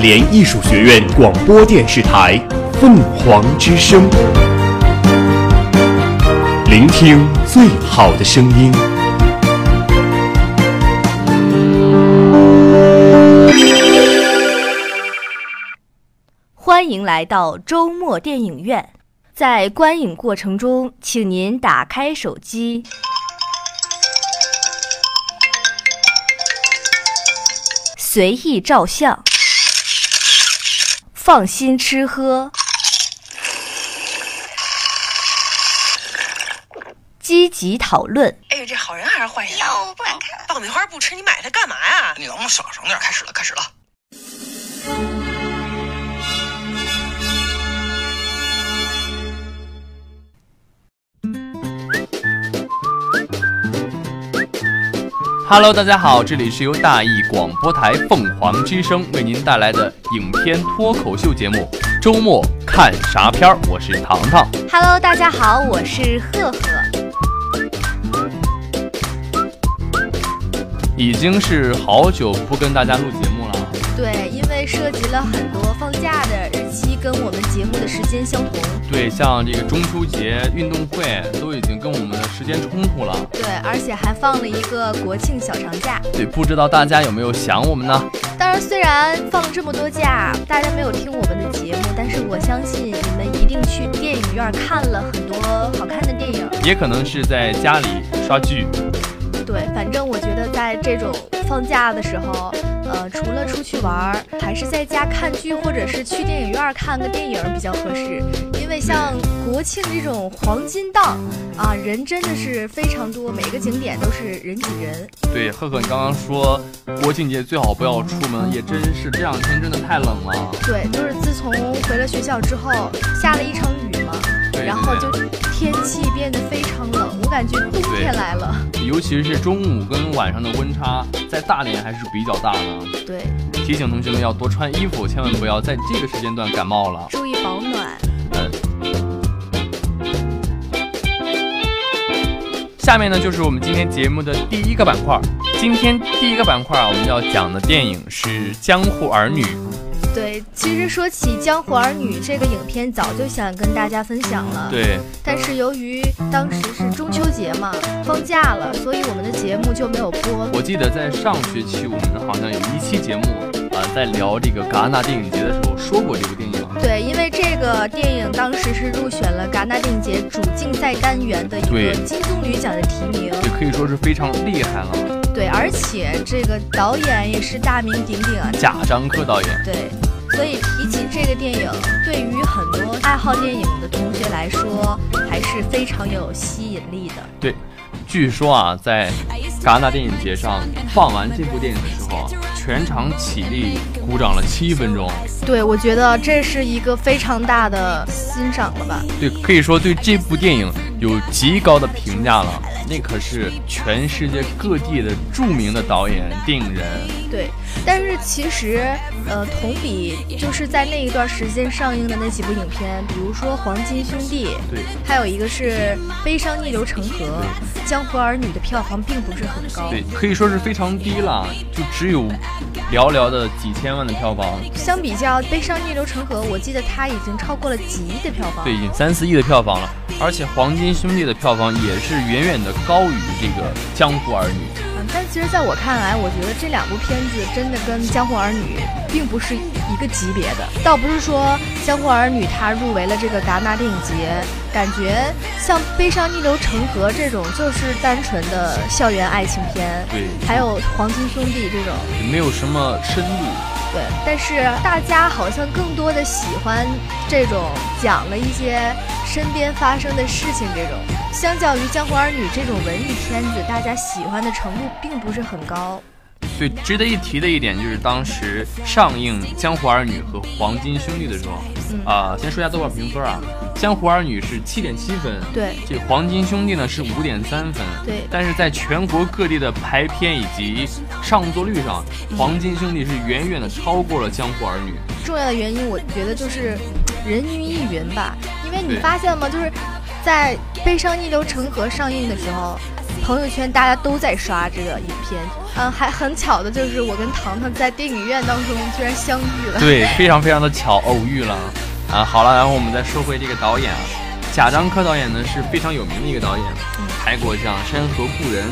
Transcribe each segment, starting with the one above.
联艺术学院广播电视台凤凰之声，聆听最好的声音。欢迎来到周末电影院，在观影过程中，请您打开手机。随意照相，放心吃喝，积极讨论，哎，这好人还是坏人啊？要不然看爆米花不吃，你买它干嘛呀？你能不能少省点？开始了，开始了。 Hello，大家好，这里是由大艺广播台凤凰之声为您带来的影片脱口秀节目《周末看啥片儿》，我是糖糖。 Hello，大家好，我是赫赫。已经是好久不跟大家录节目了，对，因为涉及了很多放假的日期跟我们节目的时间相同，对，像这个中秋节、运动会都已经跟我们的时间冲突了。对，而且还放了一个国庆小长假。对，不知道大家有没有想我们呢？当然，虽然放了这么多假，大家没有听我们的节目，但是我相信你们一定去电影院看了很多好看的电影。也可能是在家里刷剧。对，反正我觉得在这种放假的时候，呃，除了出去玩儿，还是在家看剧或者是去电影院看个电影比较合适。因为像国庆这种黄金档啊，人真的是非常多，每个景点都是人挤人。对，赫赫，你刚刚说国庆节最好不要出门，也真是这两天真的太冷了。对，就是自从回了学校之后，下了一场雨嘛，对然后对就天气变得非常冷，我感觉冬天来了。尤其是中午跟晚上的温差，在大连还是比较大的。对，提醒同学们要多穿衣服，千万不要在这个时间段感冒了。哎注意保暖。下面呢，就是我们今天节目的第一个板块。今天第一个板块啊，我们要讲的电影是《江湖儿女》。对，其实说起《江湖儿女》这个影片，早就想跟大家分享了。，对，但是由于当时是中秋节嘛，放假了，所以我们的节目就没有播。我记得在上学期我们好像有一期节目啊、在聊这个戛纳电影节的时候说过这部电影。对，因为这个电影当时是入选了戛纳电影节主竞赛单元的一个对金棕榈奖的提名。也可以说是非常厉害了。对，而且这个导演也是大名鼎鼎啊，贾樟柯导演，对，所以提起这个电影，对于很多爱好电影的同学来说，还是非常有吸引力的。据说啊，在戛纳电影节上放完这部电影的时候，啊全场起立鼓掌了七分钟。对，我觉得这是一个非常大的欣赏了吧？对，可以说对这部电影有极高的评价了。那可是全世界各地的著名的导演、电影人。对，但是其实，呃，同比就是在那一段时间上映的那几部影片，比如说《黄金兄弟》，对，还有一个是《悲伤逆流成河》，《江湖儿女》的票房并不是很高。对，可以说是非常低了，就只有寥寥的几千万的票房。相比较《悲伤逆流成河》，我记得它已经超过了几亿的票房。对，已经三四亿的票房了，而且《黄金兄弟》的票房也是远远的高于这个《江湖儿女》。嗯，但其实在我看来，我觉得这两部片子真的跟《江湖儿女》并不是一个级别的。倒不是说《江湖儿女》它入围了这个戛纳电影节，感觉像《悲伤逆流成河》这种就是单纯的校园爱情片，对，还有《黄金兄弟》这种，也没有什么深度。对。但是大家好像更多的喜欢这种讲了一些身边发生的事情这种。相较于《江湖儿女》这种文艺片子，大家喜欢的程度并不是很高。对，值得一提的一点就是，当时上映《江湖儿女》和《黄金兄弟》的时候，嗯啊、先说一下豆瓣评分啊，《江湖儿女》是七点七分，对这《黄金兄弟呢》是五点三分，对但是在全国各地的排片以及上座率上，嗯《黄金兄弟》是远远的超过了《江湖儿女》。重要的原因，我觉得就是人云亦云吧。因为你对发现吗？就是在《悲伤逆流成河》上映的时候，朋友圈大家都在刷这个影片，嗯，还很巧的就是我跟糖糖在电影院当中居然相遇 了。对，非常非常的巧，偶遇了啊。好了，然后我们再说回这个导演啊，贾樟柯导演呢是非常有名的一个导演，拍过像《山河故人》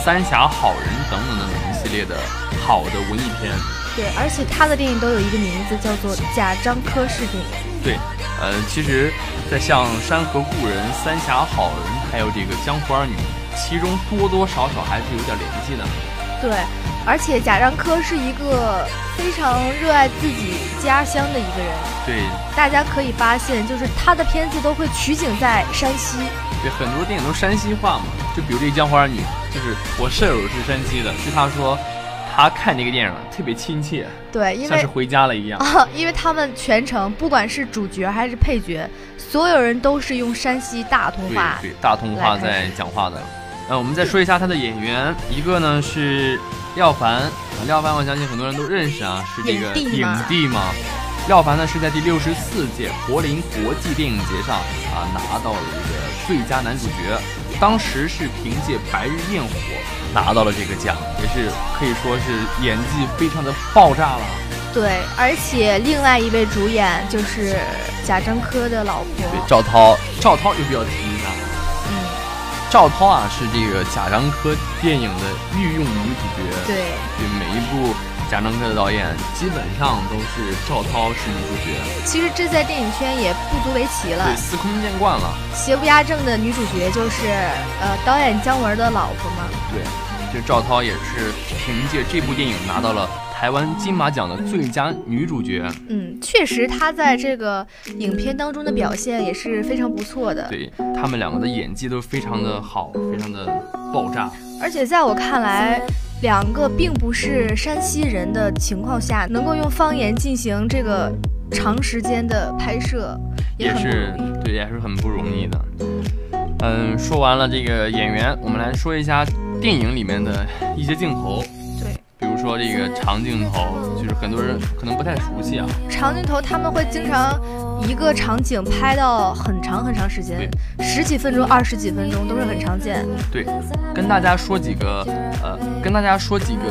《三峡好人》等等等等一系列的好的文艺片。对，而且他的电影都有一个名字叫做贾樟柯式电影。对，呃，其实，在像《山河故人》《三峡好人》还有这个《江湖儿女》，其中多多少少还是有点联系的。对，而且贾樟柯是一个非常热爱自己家乡的一个人。对，大家可以发现，就是他的片子都会取景在山西。对，很多电影都是山西话嘛，就比如这个《江湖儿女》，就是我舍友是山西的，据他说，他看这个电影特别亲切，对，因像为是回家了一样。 啊，因为他们全程不管是主角还是配角，所有人都是用山西大同对话。对，大同话来开在讲话的。呃，我们再说一下他的演员，一个呢是廖凡，啊廖凡我相信很多人都认识啊，是这个影帝嘛帝嘛。廖凡呢是在第六十四届柏林国际电影节上啊拿到了这个最佳男主角，当时是凭借《白日焰火》拿到了这个奖，也是可以说是演技非常的爆炸了。对，而且另外一位主演就是贾樟柯的老对，婆。赵涛，赵涛就比较提一下。嗯，赵涛啊，是这个贾樟柯电影的御用女主角。对，对，每一部贾樟柯的导演基本上都是赵涛是女主角，其实这在电影圈也不足为奇了对，。司空见惯了。邪不压正的女主角就是呃导演姜文的老婆嘛。对，这赵涛也是凭借这部电影拿到了台湾金马奖的最佳女主角。嗯，确实她在这个影片当中的表现也是非常不错的。对他们两个的演技都非常的好，非常的爆炸。而且在我看来，两个并不是山西人的情况下，能够用方言进行这个长时间的拍摄，也很不是容易。对，也是很不容易的。嗯，说完了这个演员，我们来说一下电影里面的一些镜头。对，比如说这个长镜头，就是很多人可能不太熟悉啊。长镜头他们会经常一个场景拍到很长很长时间，十几分钟、二十几分钟都是很常见。对，跟大家说几个，呃，跟大家说几个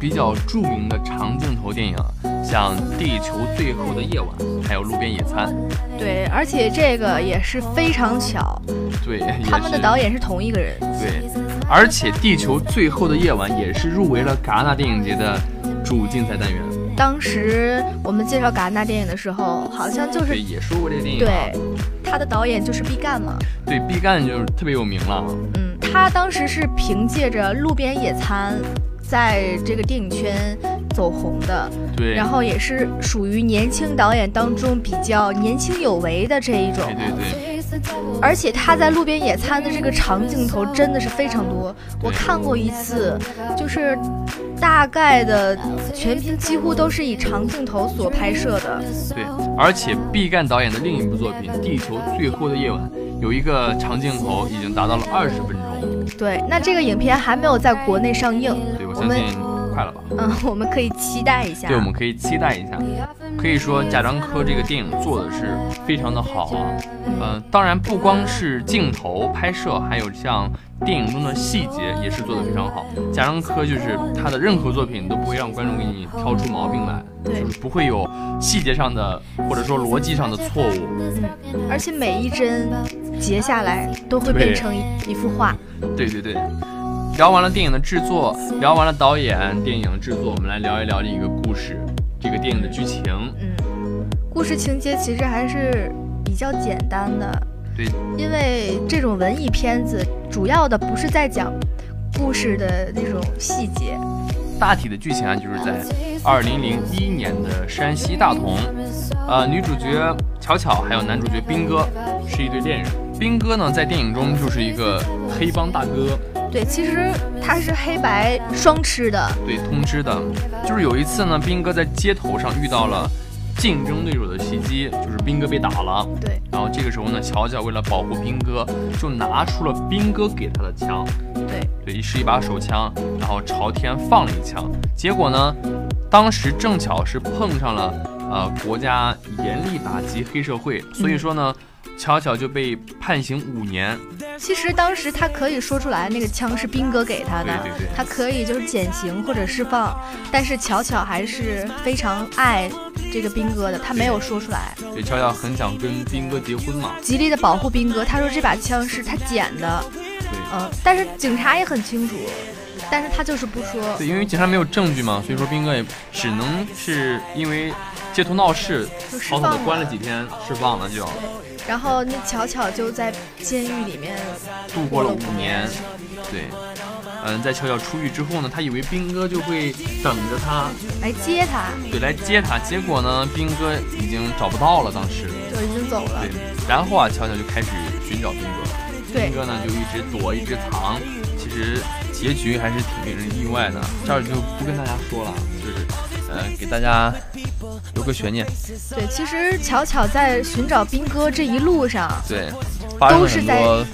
比较著名的长镜头电影啊，像《地球最后的夜晚》，还有《路边野餐》。对，而且这个也是非常巧，对，他们的导演。演是同一个人。对，而且《地球最后的夜晚》也是入围了戛纳电影节的主竞赛单元。当时我们介绍戛纳电影的时候，好像就是对，也说过这个电影、啊。对，他的导演就是毕赣嘛。对，毕赣就是特别有名了。嗯，他当时是凭借着《路边野餐》在这个电影圈走红的，对，然后也是属于年轻导演当中比较年轻有为的这一种对。对对，而且他在《路边野餐》的这个长镜头真的是非常多，我看过一次，就是大概的全片几乎都是以长镜头所拍摄的。对，而且毕赣导演的另一部作品《地球最后的夜晚》有一个长镜头已经达到了二十分钟，对，那这个影片还没有在国内上映， 对我我相们信快了吧？嗯，我们可以期待一下。对，我们可以期待一下。嗯可以说贾樟柯这个电影做的是非常的好啊，呃，当然不光是镜头拍摄，还有像电影中的细节也是做的非常好。贾樟柯就是他的任何作品都不会让观众给你挑出毛病来，对就是不会有细节上的或者说逻辑上的错误。而且每一帧截下来都会变成一一幅画。对对对。聊完了电影的制作，聊完了导演、电影制作，我们来聊一聊这个故事，这个电影的剧情。嗯，故事情节其实还是比较简单的，对，因为这种文艺片子主要的不是在讲故事的那种细节。大体的剧情啊，就是在二零零一年的山西大同，呃，女主角巧巧还有男主角斌哥是一对恋人。斌哥呢，在电影中就是一个黑帮大哥，对，其实它是黑白双吃的。对，通知的。就是有一次呢，斌哥在街头上遇到了竞争对手的袭击，就是斌哥被打了。对，然后这个时候呢，巧巧为了保护斌哥，就拿出了斌哥给她的枪，对，对，是一把手枪，然后朝天放了一枪。结果呢，当时正嗯巧是碰上了呃国家严厉打击黑社会，所以说呢，巧巧就被判刑五年。其实当时他可以说出来，那个枪是兵哥给他的，对对对他可以就是减刑或者释放，但是巧巧还是非常爱这个兵哥的，他没有说出来，对，巧巧很想跟斌哥结婚嘛，极力的保护兵哥。他说这把枪是他捡的，对，嗯，但是警察也很清楚，但是他就是不说。对，因为警察没有证据嘛，所以说斌哥也只能是因为街头闹事，就释草放草了的关了几天，释放了就然后那巧巧就在监狱里面度过了五年。对，嗯，在巧巧出狱之后呢，他以为斌哥就会等着他，来接他，对，来接他。结果呢，斌哥已经找不到了，当时。就已经走了对。，然后啊，巧巧就开始寻找斌哥。对斌，哥呢就一直躲，一直藏，其实结局还是挺令人意外的。这儿就不跟大家说了，就是呃给大家留个悬念。对，其实巧巧在寻找兵哥这一路上，对，发生都了是很在多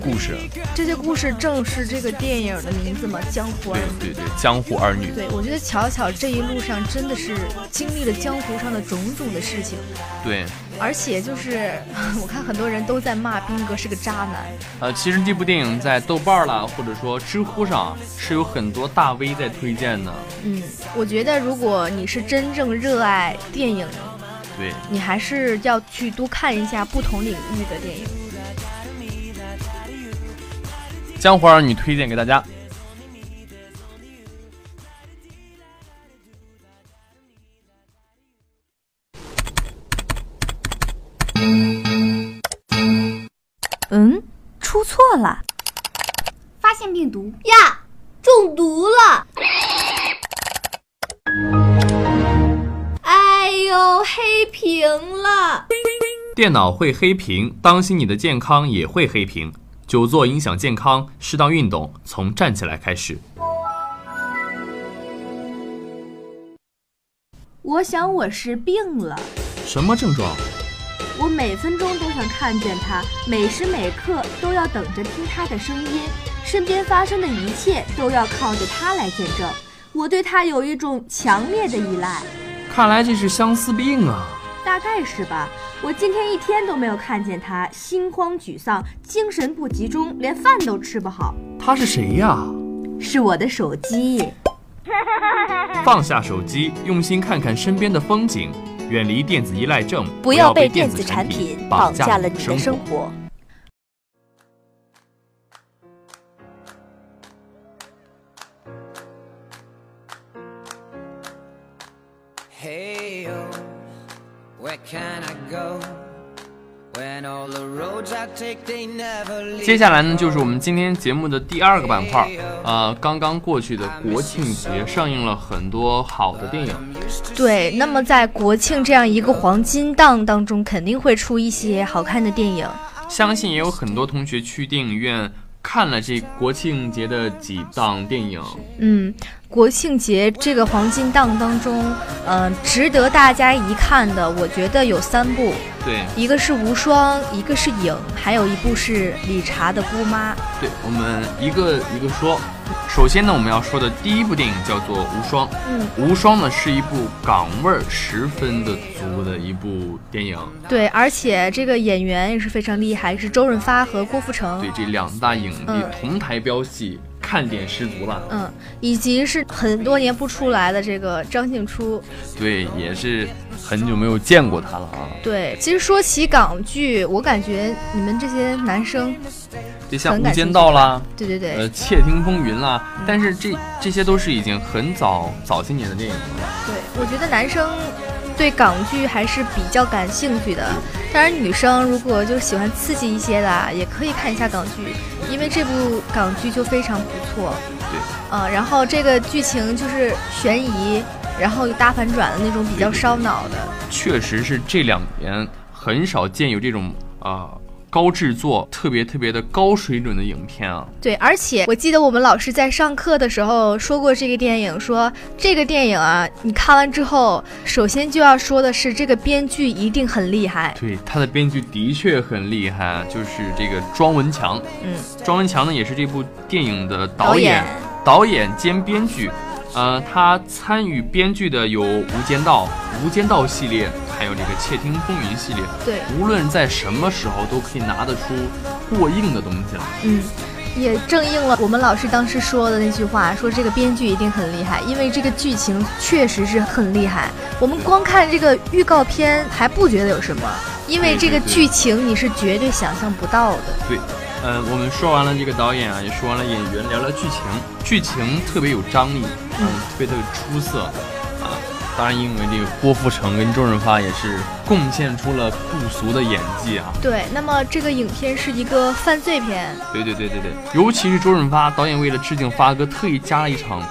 故事。这些故事正是这个电影的名字嘛，《江湖啊儿对女》。对对，江湖儿女。对，我觉得巧巧这一路上真的是经历了江湖上的种种的事情，对，而且就是 我看很多人都在骂斌哥是个渣男，呃，其实这部电影在豆瓣儿啦，或者说知乎上是有很多大 V 在推荐的。嗯，我觉得如果你是真正热爱电影，对，你还是要去多看一下不同领域的电影。江湖儿女推荐给大家。嗯，出错了。发现病毒呀，中毒了！哎呦，黑屏了！电脑会黑屏，当心你的健康也会黑屏。久坐影响健康，适当运动，从站起来开始。我想我是病了，什么症状？我每分钟都想看见他，每时每刻都要等着听他的声音，身边发生的一切都要靠着他来见证。我对他有一种强烈的依赖，看来这是相思病啊！大概是吧。我今天一天都没有看见他，心慌沮丧，精神不集中，连饭都吃不好。他是谁呀、是我的手机。放下手机，用心看看身边的风景，远离电子依赖症，不要被电子产品绑架了你的生活。活。 Hey, yo, where can I go? When all the roads I take, they never lead. 接下来呢，就是我们今天节目的第二个板块，呃，刚刚过去的国庆节上映了很多好的电影，对，那么在国庆这样一个黄金档当中，肯定会出一些好看的电影。相信也有很多同学去电影院看了这国庆节的几档电影。嗯，国庆节这个黄金档当中，嗯、值得大家一看的，我觉得有三部，对一个是《无双》，一个是《影》，还有一部是《理查的姑妈》。对，我们一个一个说。首先呢，我们要说的第一部电影叫做《无双》。嗯， 《无双》呢是一部港味儿十分的足的一部电影。对，而且这个演员也是非常厉害，是周润发和郭富城对，，这两大影帝嗯同台飙戏，看点十足了。嗯，以及是很多年不出来的这个张静初。对，也是很久没有见过他了啊。对，其实说起港剧，我感觉你们这些男生，就像很《无感兴间趣道》啦，对对对，呃，《窃听风云》啦，但是这这些都是已经很早早些年的电影了。对，我觉得男生对港剧还是比较感兴趣的。当然，女生如果就喜欢刺激一些的啊，也可以看一下港剧，因为这部港剧就非常不错。对，呃，然后这个剧情就是悬疑，然后有大反转的那种比较烧脑的。确实是这两年很少见有这种呃高制作、特别特别的高水准的影片啊。对，而且我记得我们老师在上课的时候说过这个电影，说这个电影啊，你看完之后，首先就要说的是这个编剧一定很厉害。对，他的编剧的确很厉害，就是这个庄文强。嗯，庄文强呢也是这部电影的导导演演、导演兼编剧。呃，他参与编剧的有《无间道》《无间道》系列，还有这个《窃听风云》系列，对，无论在什么时候都可以拿得出过硬的东西来。嗯，也正应了我们老师当时说的那句话，说这个编剧一定很厉害，因为这个剧情确实是很厉害。我们光看这个预告片还不觉得有什么，因为这个对对对剧情你是绝对想象不到的。对，呃，我们说完了这个导演啊，也说完了演员，聊聊剧情，剧情特别有张力，嗯，特别特别出色啊。当然，因为这个郭富城跟周润发也是贡献出了不俗的演技啊。对，那么这个影片是一个犯罪片，对对对对对，尤其是周润发导演为了致敬发哥，特意加了一场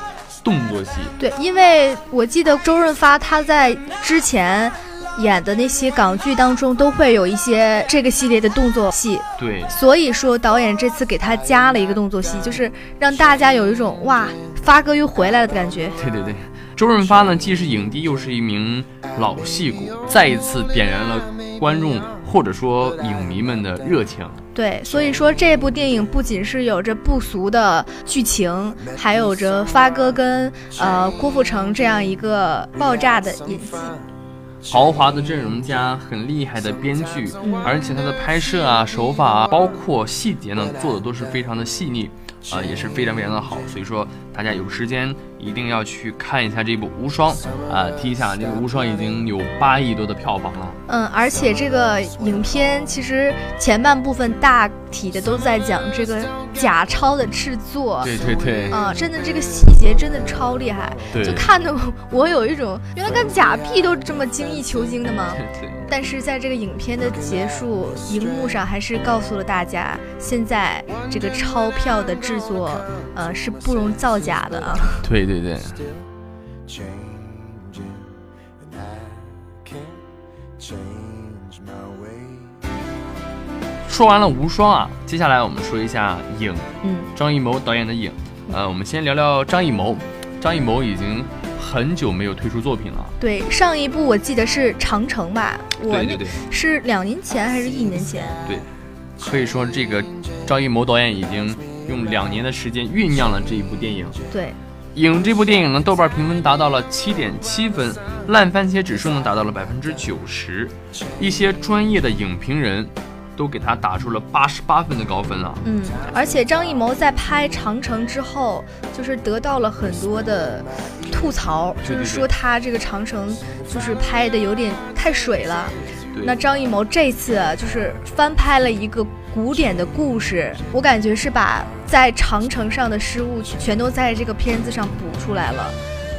动作戏。对，因为我记得周润发他在之前演的那些港剧当中都会有一些这个系列的动作戏，对， 所以说导演这次给他加了一个动作戏，就是让大家有一种哇发哥又回来了的感觉。对对对，周润发呢，既是影帝，又是一名老戏骨，再一次点燃了观众或者说影迷们的热情。对，所以说这部电影不仅是有着不俗的剧情，还有着发哥跟呃郭富城这样一个爆炸的演技。豪华的阵容加很厉害的编剧，而且它的拍摄啊、手法啊，包括细节呢，做的都是非常的细腻，啊、也是非常非常的好。所以说，大家有时间一定要去看一下这部《无双》啊、提一下这个《无双》已经有八亿多的票房了。嗯，而且这个影片其实前半部分大体的都在讲这个假钞的制作。对对对啊、真的这个细节真的超厉害，对就看得我我有一种原来干假币都这么精益求精的吗？对。但是在这个影片的结束，荧幕上还是告诉了大家，现在这个钞票的制作，呃，是不容造假的啊。 对对对。说完了无双啊，接下来我们说一下影，嗯，张艺谋导演的影。呃，我们先聊聊张艺谋。张艺谋已经很久没有推出作品了。对，上一部我记得是《长城》吧，我对那对对是两年前还是一年前？对，可以说这个张艺谋导演已经用两年的时间酝酿了这一部电影。对，影这部电影呢，豆瓣评分达到了七点七分，烂番茄指数呢达到了百分之九十，一些专业的影评人都给他打出了八十八分的高分啊。嗯，而且张艺谋在拍《长城》之后，就是得到了很多的吐槽，对就对是对说他这个《长城》就是拍的有点太水了。对，那张艺谋这次啊就是翻拍了一个古典的故事，我感觉是把在长城上的失误全都在这个片子上补出来了，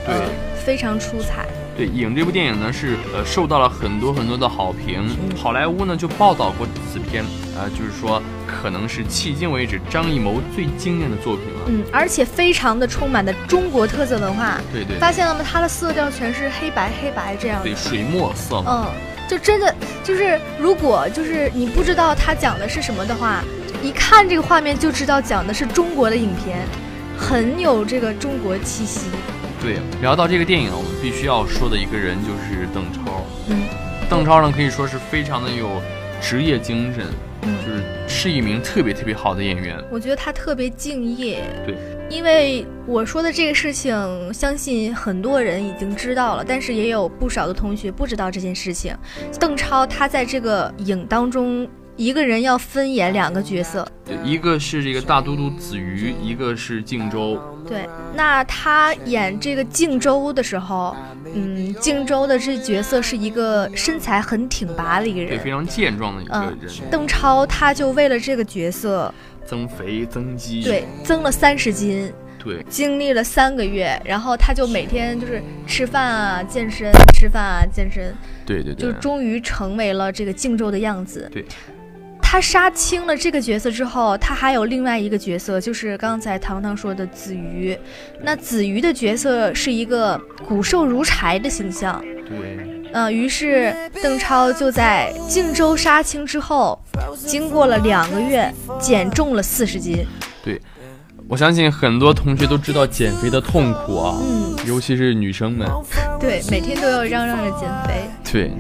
对呃，非常出彩。对影这部电影呢是呃受到了很多很多的好评，嗯好莱坞呢就报道过此片，呃就是说可能是迄今为止张艺谋最惊艳的作品了。嗯，而且非常的充满的中国特色文化，对对发现了吗？它的色调全是黑白黑白这样的对，，水墨色嘛。嗯，就真的就是如果就是你不知道它讲的是什么的话，一看这个画面就知道讲的是中国的影片，很有这个中国气息。对，聊到这个电影，我们必须要说的一个人就是邓超。嗯，邓超呢可以说是非常的有职业精神，嗯就是是一名特别特别好的演员。我觉得他特别敬业。对，因为我说的这个事情，相信很多人已经知道了，但是也有不少的同学不知道这件事情。邓超他在这个影当中，一个人要分演两个角色。对一个是这个大都督子瑜，一个是靖州。对，那他演这个靖州的时候，嗯，靖州的这角色是一个身材很挺拔的一个对，非人。常健壮的一个嗯人，邓超他就为了这个角色，增肥增肌，对，增了三十斤。对经历了三个月，然后他就每天就是吃饭啊、健身，吃饭啊、健身，对对啊就终于成为了这个靖州的样子。对，他杀青了这个角色之后，他还有另外一个角色，就是刚才糖糖说的子瑜。那子瑜的角色是一个骨瘦如柴的形象，对呃，于是邓超就在靖州杀青之后，经过了两个月，减重了四十斤。对。我相信很多同学都知道减肥的痛苦啊，嗯，尤其是女生们。对，每天都要嚷嚷着减肥。对，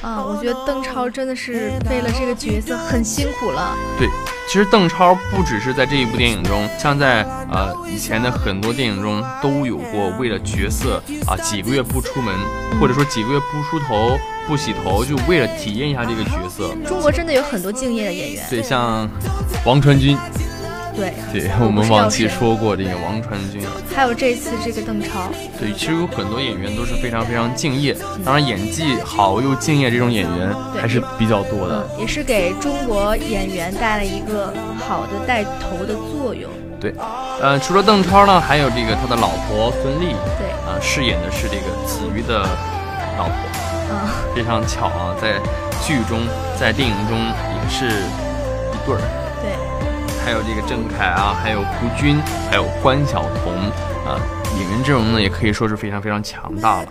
啊，我觉得邓超真的是为了这个角色很辛苦了。对，其实邓超不只是在这一部电影中，像在呃以前的很多电影中都有过为了角色啊几个月不出门，或者说几个月不梳头、不洗头，就为了体验一下这个角色。中国真的有很多敬业的演员，对，像王传君，对，对我我们不知道往期谁说过这个王传君啊，还有这次这个邓超，对，其实有很多演员都是非常非常敬业，当然演技好又敬业这种演员对还是比较多的嗯。，也是给中国演员带来一个好的带头的作用。对，呃，除了邓超呢，还有这个他的老婆孙俪，对，啊、饰演的是这个子瑜的老婆，嗯，非常巧啊，在剧中、在电影中也是一对儿，对，还有这个郑恺啊，还有胡军，还有关晓彤，啊、演员阵容呢也可以说是非常非常强大了。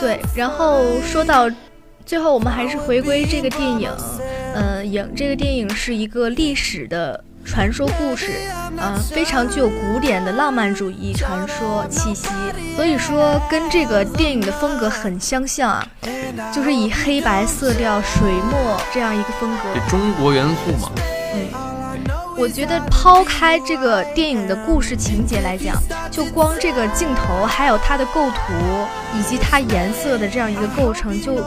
对，然后说到最后，我们还是回归这个电影。嗯、影这个电影是一个历史的传说故事，呃，非常具有古典的浪漫主义传说气息，所以说跟这个电影的风格很相像啊，就是以黑白色调、水墨这样一个风格这。中国元素嘛，我觉得抛开这个电影的故事情节来讲，就光这个镜头，还有它的构图以及它颜色的这样一个构成，就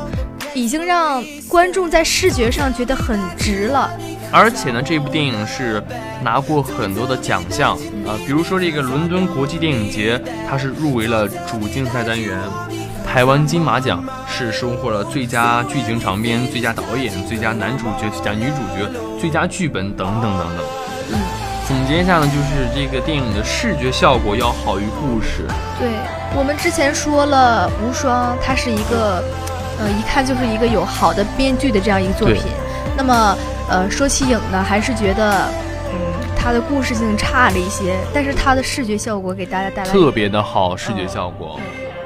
已经让观众在视觉上觉得很值了。而且呢，这部电影是拿过很多的奖项啊、比如说这个伦敦国际电影节，它是入围了主竞赛单元；台湾金马奖是收获了最佳剧情长片、最佳导演、最佳男主角、最佳女主角、最佳剧本等等等等。总结一下呢，就是这个电影的视觉效果要好于故事，对我们之前说了，《无双》它是一个，呃，一看就是一个有好的编剧的这样一个作品对。那么，呃，说起影呢，还是觉得，嗯，它的故事性差了一些，但是它的视觉效果给大家带来特别的好视觉效果。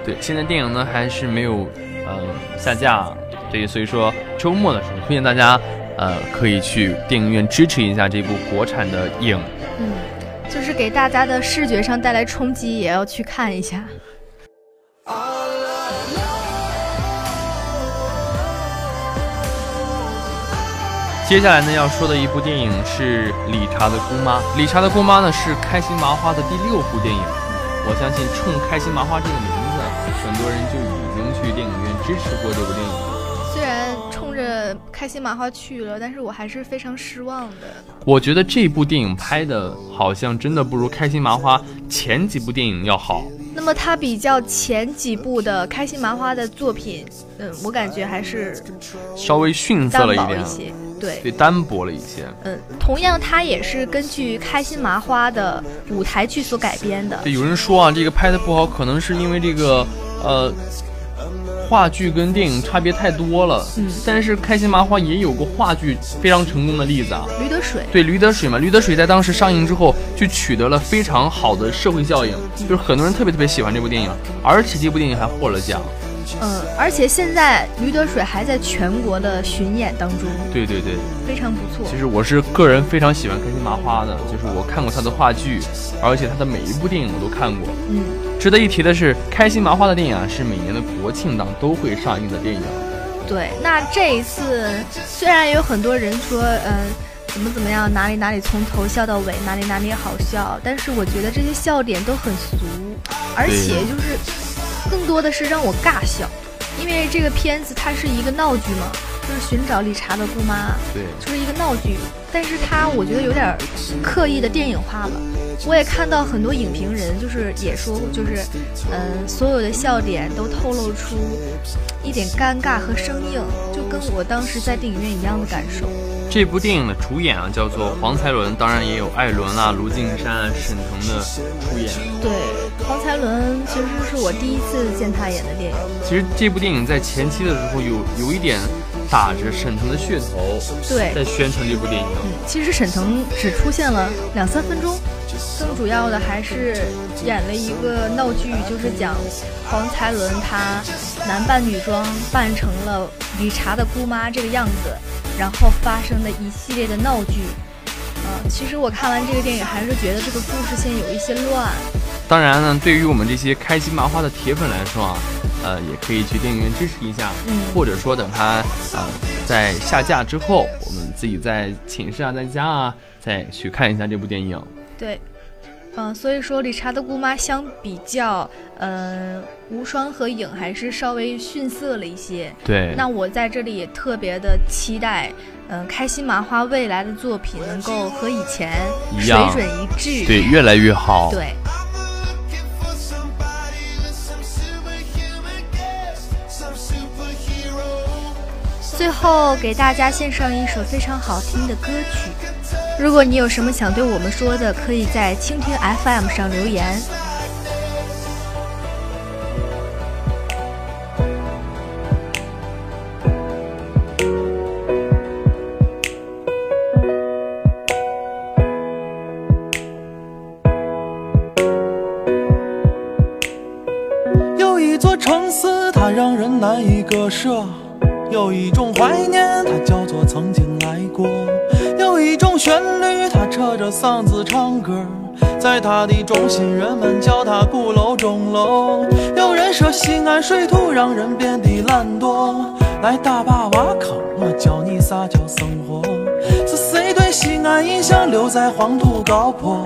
对，现在电影呢还是没有呃下架，对，所以说周末的时候推荐大家呃可以去电影院支持一下这部国产的影。嗯，就是给大家的视觉上带来冲击，也要去看一下。接下来呢要说的一部电影是《理查的姑妈》，《理查的姑妈呢》是开心麻花的第六部电影，我相信冲开心麻花这个名字，很多人就已经去电影院支持过这部电影。虽然冲着开心麻花去了，但是我还是非常失望的。我觉得这部电影拍的好像真的不如开心麻花前几部电影要好。那么它比较前几部的开心麻花的作品，嗯，我感觉还是稍微逊色单了一薄点一啊，些。对，对，单薄了一些。嗯，同样它也是根据开心麻花的舞台剧所改编的。对，有人说啊，这个拍的不好，可能是因为这个，呃，话剧跟电影差别太多了。嗯，但是开心麻花也有过话剧非常成功的例子啊。驴得水，对《驴得水》嘛，《驴得水》在当时上映之后就取得了非常好的社会效应，就是很多人特别特别喜欢这部电影，而且这部电影还获了奖。嗯，而且现在驴得水还在全国的巡演当中，对对对。非常不错其。实我是个人非常喜欢开心麻花的，就是我看过他的话剧，而且他的每一部电影我都看过。嗯，值得一提的是，开心麻花的电影啊是每年的国庆档都会上映的电影。对，那这一次虽然有很多人说，嗯、怎么怎么样，哪里哪里从头笑到尾，哪里哪里好笑，但是我觉得这些笑点都很俗，而且就是更多的是让我尬笑，因为这个片子它是一个闹剧嘛，就是寻找理查的姑妈，对，就是一个闹剧，但是它我觉得有点儿刻意的电影化了。我也看到很多影评人就是也说过，就是嗯、呃所有的笑点都透露出一点尴尬和生硬，就跟我当时在电影院一样的感受。这部电影的主演啊叫做黄才伦，当然也有艾伦啊、卢靖姗啊、沈腾的出演。对，黄才伦其实是我第一次见他演的电影。其实这部电影在前期的时候有有一点打着沈腾的噱头，对在宣传这部电影。其实沈腾只出现了两三分钟，更主要的还是演了一个闹剧，就是讲黄才伦他男扮女装扮成了理查的姑妈这个样子，然后发生的一系列的闹剧。呃，其实我看完这个电影还是觉得这个故事线有一些乱，当然呢，对于我们这些开心麻花的铁粉来说啊，呃，也可以去电影院支持一下，嗯或者说等它呃在下架之后，我们自己在寝室啊，在家啊，再去看一下这部电影。对，嗯、所以说理查德姑妈相比较，呃，无双和影还是稍微逊色了一些。对，那我在这里也特别的期待，嗯、开心麻花未来的作品能够和以前一水样准一致。对，越来越好。对最后给大家献上一首非常好听的歌曲。如果你有什么想对我们说的，可以在蜻蜓 FM 上留言。有一座城市，它让人难以割舍；有一种怀念，它叫做曾经来过；有一种旋律，它扯着嗓子唱歌。在它的中心，人们叫它鼓楼钟楼。有人说西安水土让人变得懒惰，来大坝挖坑，我教你啥叫生活。是谁对西安印象留在黄土高坡？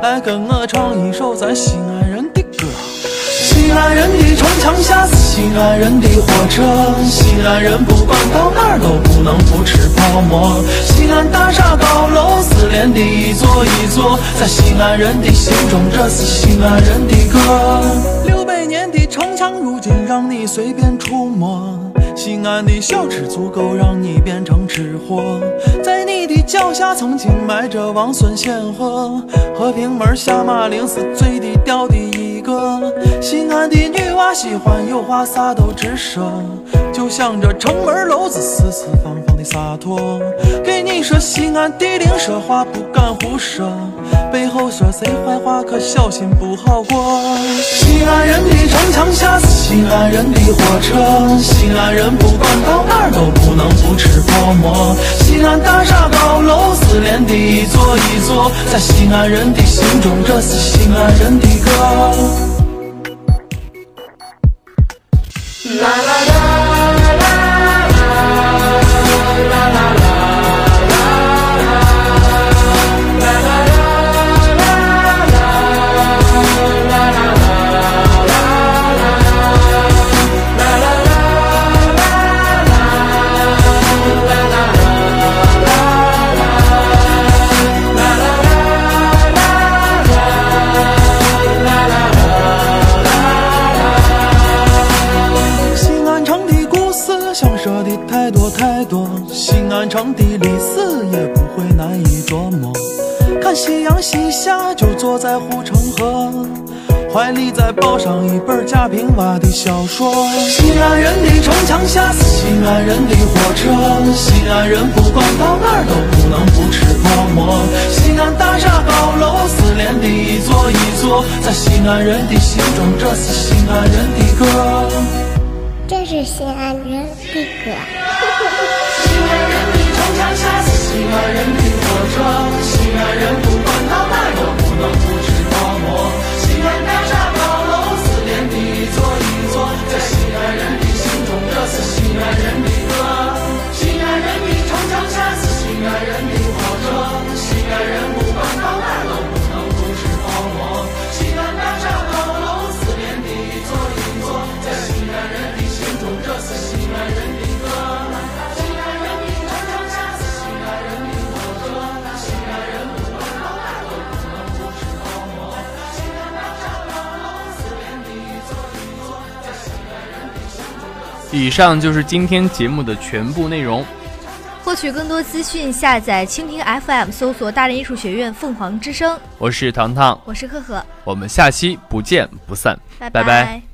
来跟我唱一首咱西安人的歌。西安人的城墙下是西安人的火车，西安人不管到哪儿都不能不吃泡馍。西安大厦高楼失联的一座一座，在西安人的心中，这是西安人的歌。六百年的城墙，如今让你随便触摸。西安的小吃足够让你变成吃货，在你的脚下曾经埋着王孙显赫，和平门下马陵是最低调的一个。西安的女娃喜欢有话啥都直说，就像这城门楼子四四方方的洒脱。给你说西安地灵，说话不敢胡说，背后说谁坏话可小心不好过。西安人的城墙下是西安人的火车，西安人不管到哪儿都不能不吃泡馍。西安大厦高楼失联的一座一座，在西安人的心中，这是西安人的歌。西安城的故事想说的太多太多，西安城的历史也不会难以琢磨。看夕阳西下，就坐在护城河，怀里再抱上一本贾平凹的小说。西安人的城墙下是西安人的火车，西安人不管到哪儿都不能不吃泡馍。西安大厦高楼失联的一座一座，在西安人的心中，这是西安人的歌。这是西安人的歌。以上就是今天节目的全部内容。获取更多资讯，下载蜻蜓 FM，搜索“大连艺术学院凤凰之声我是糖糖”，，我是赫赫，我们下期不见不散，拜拜拜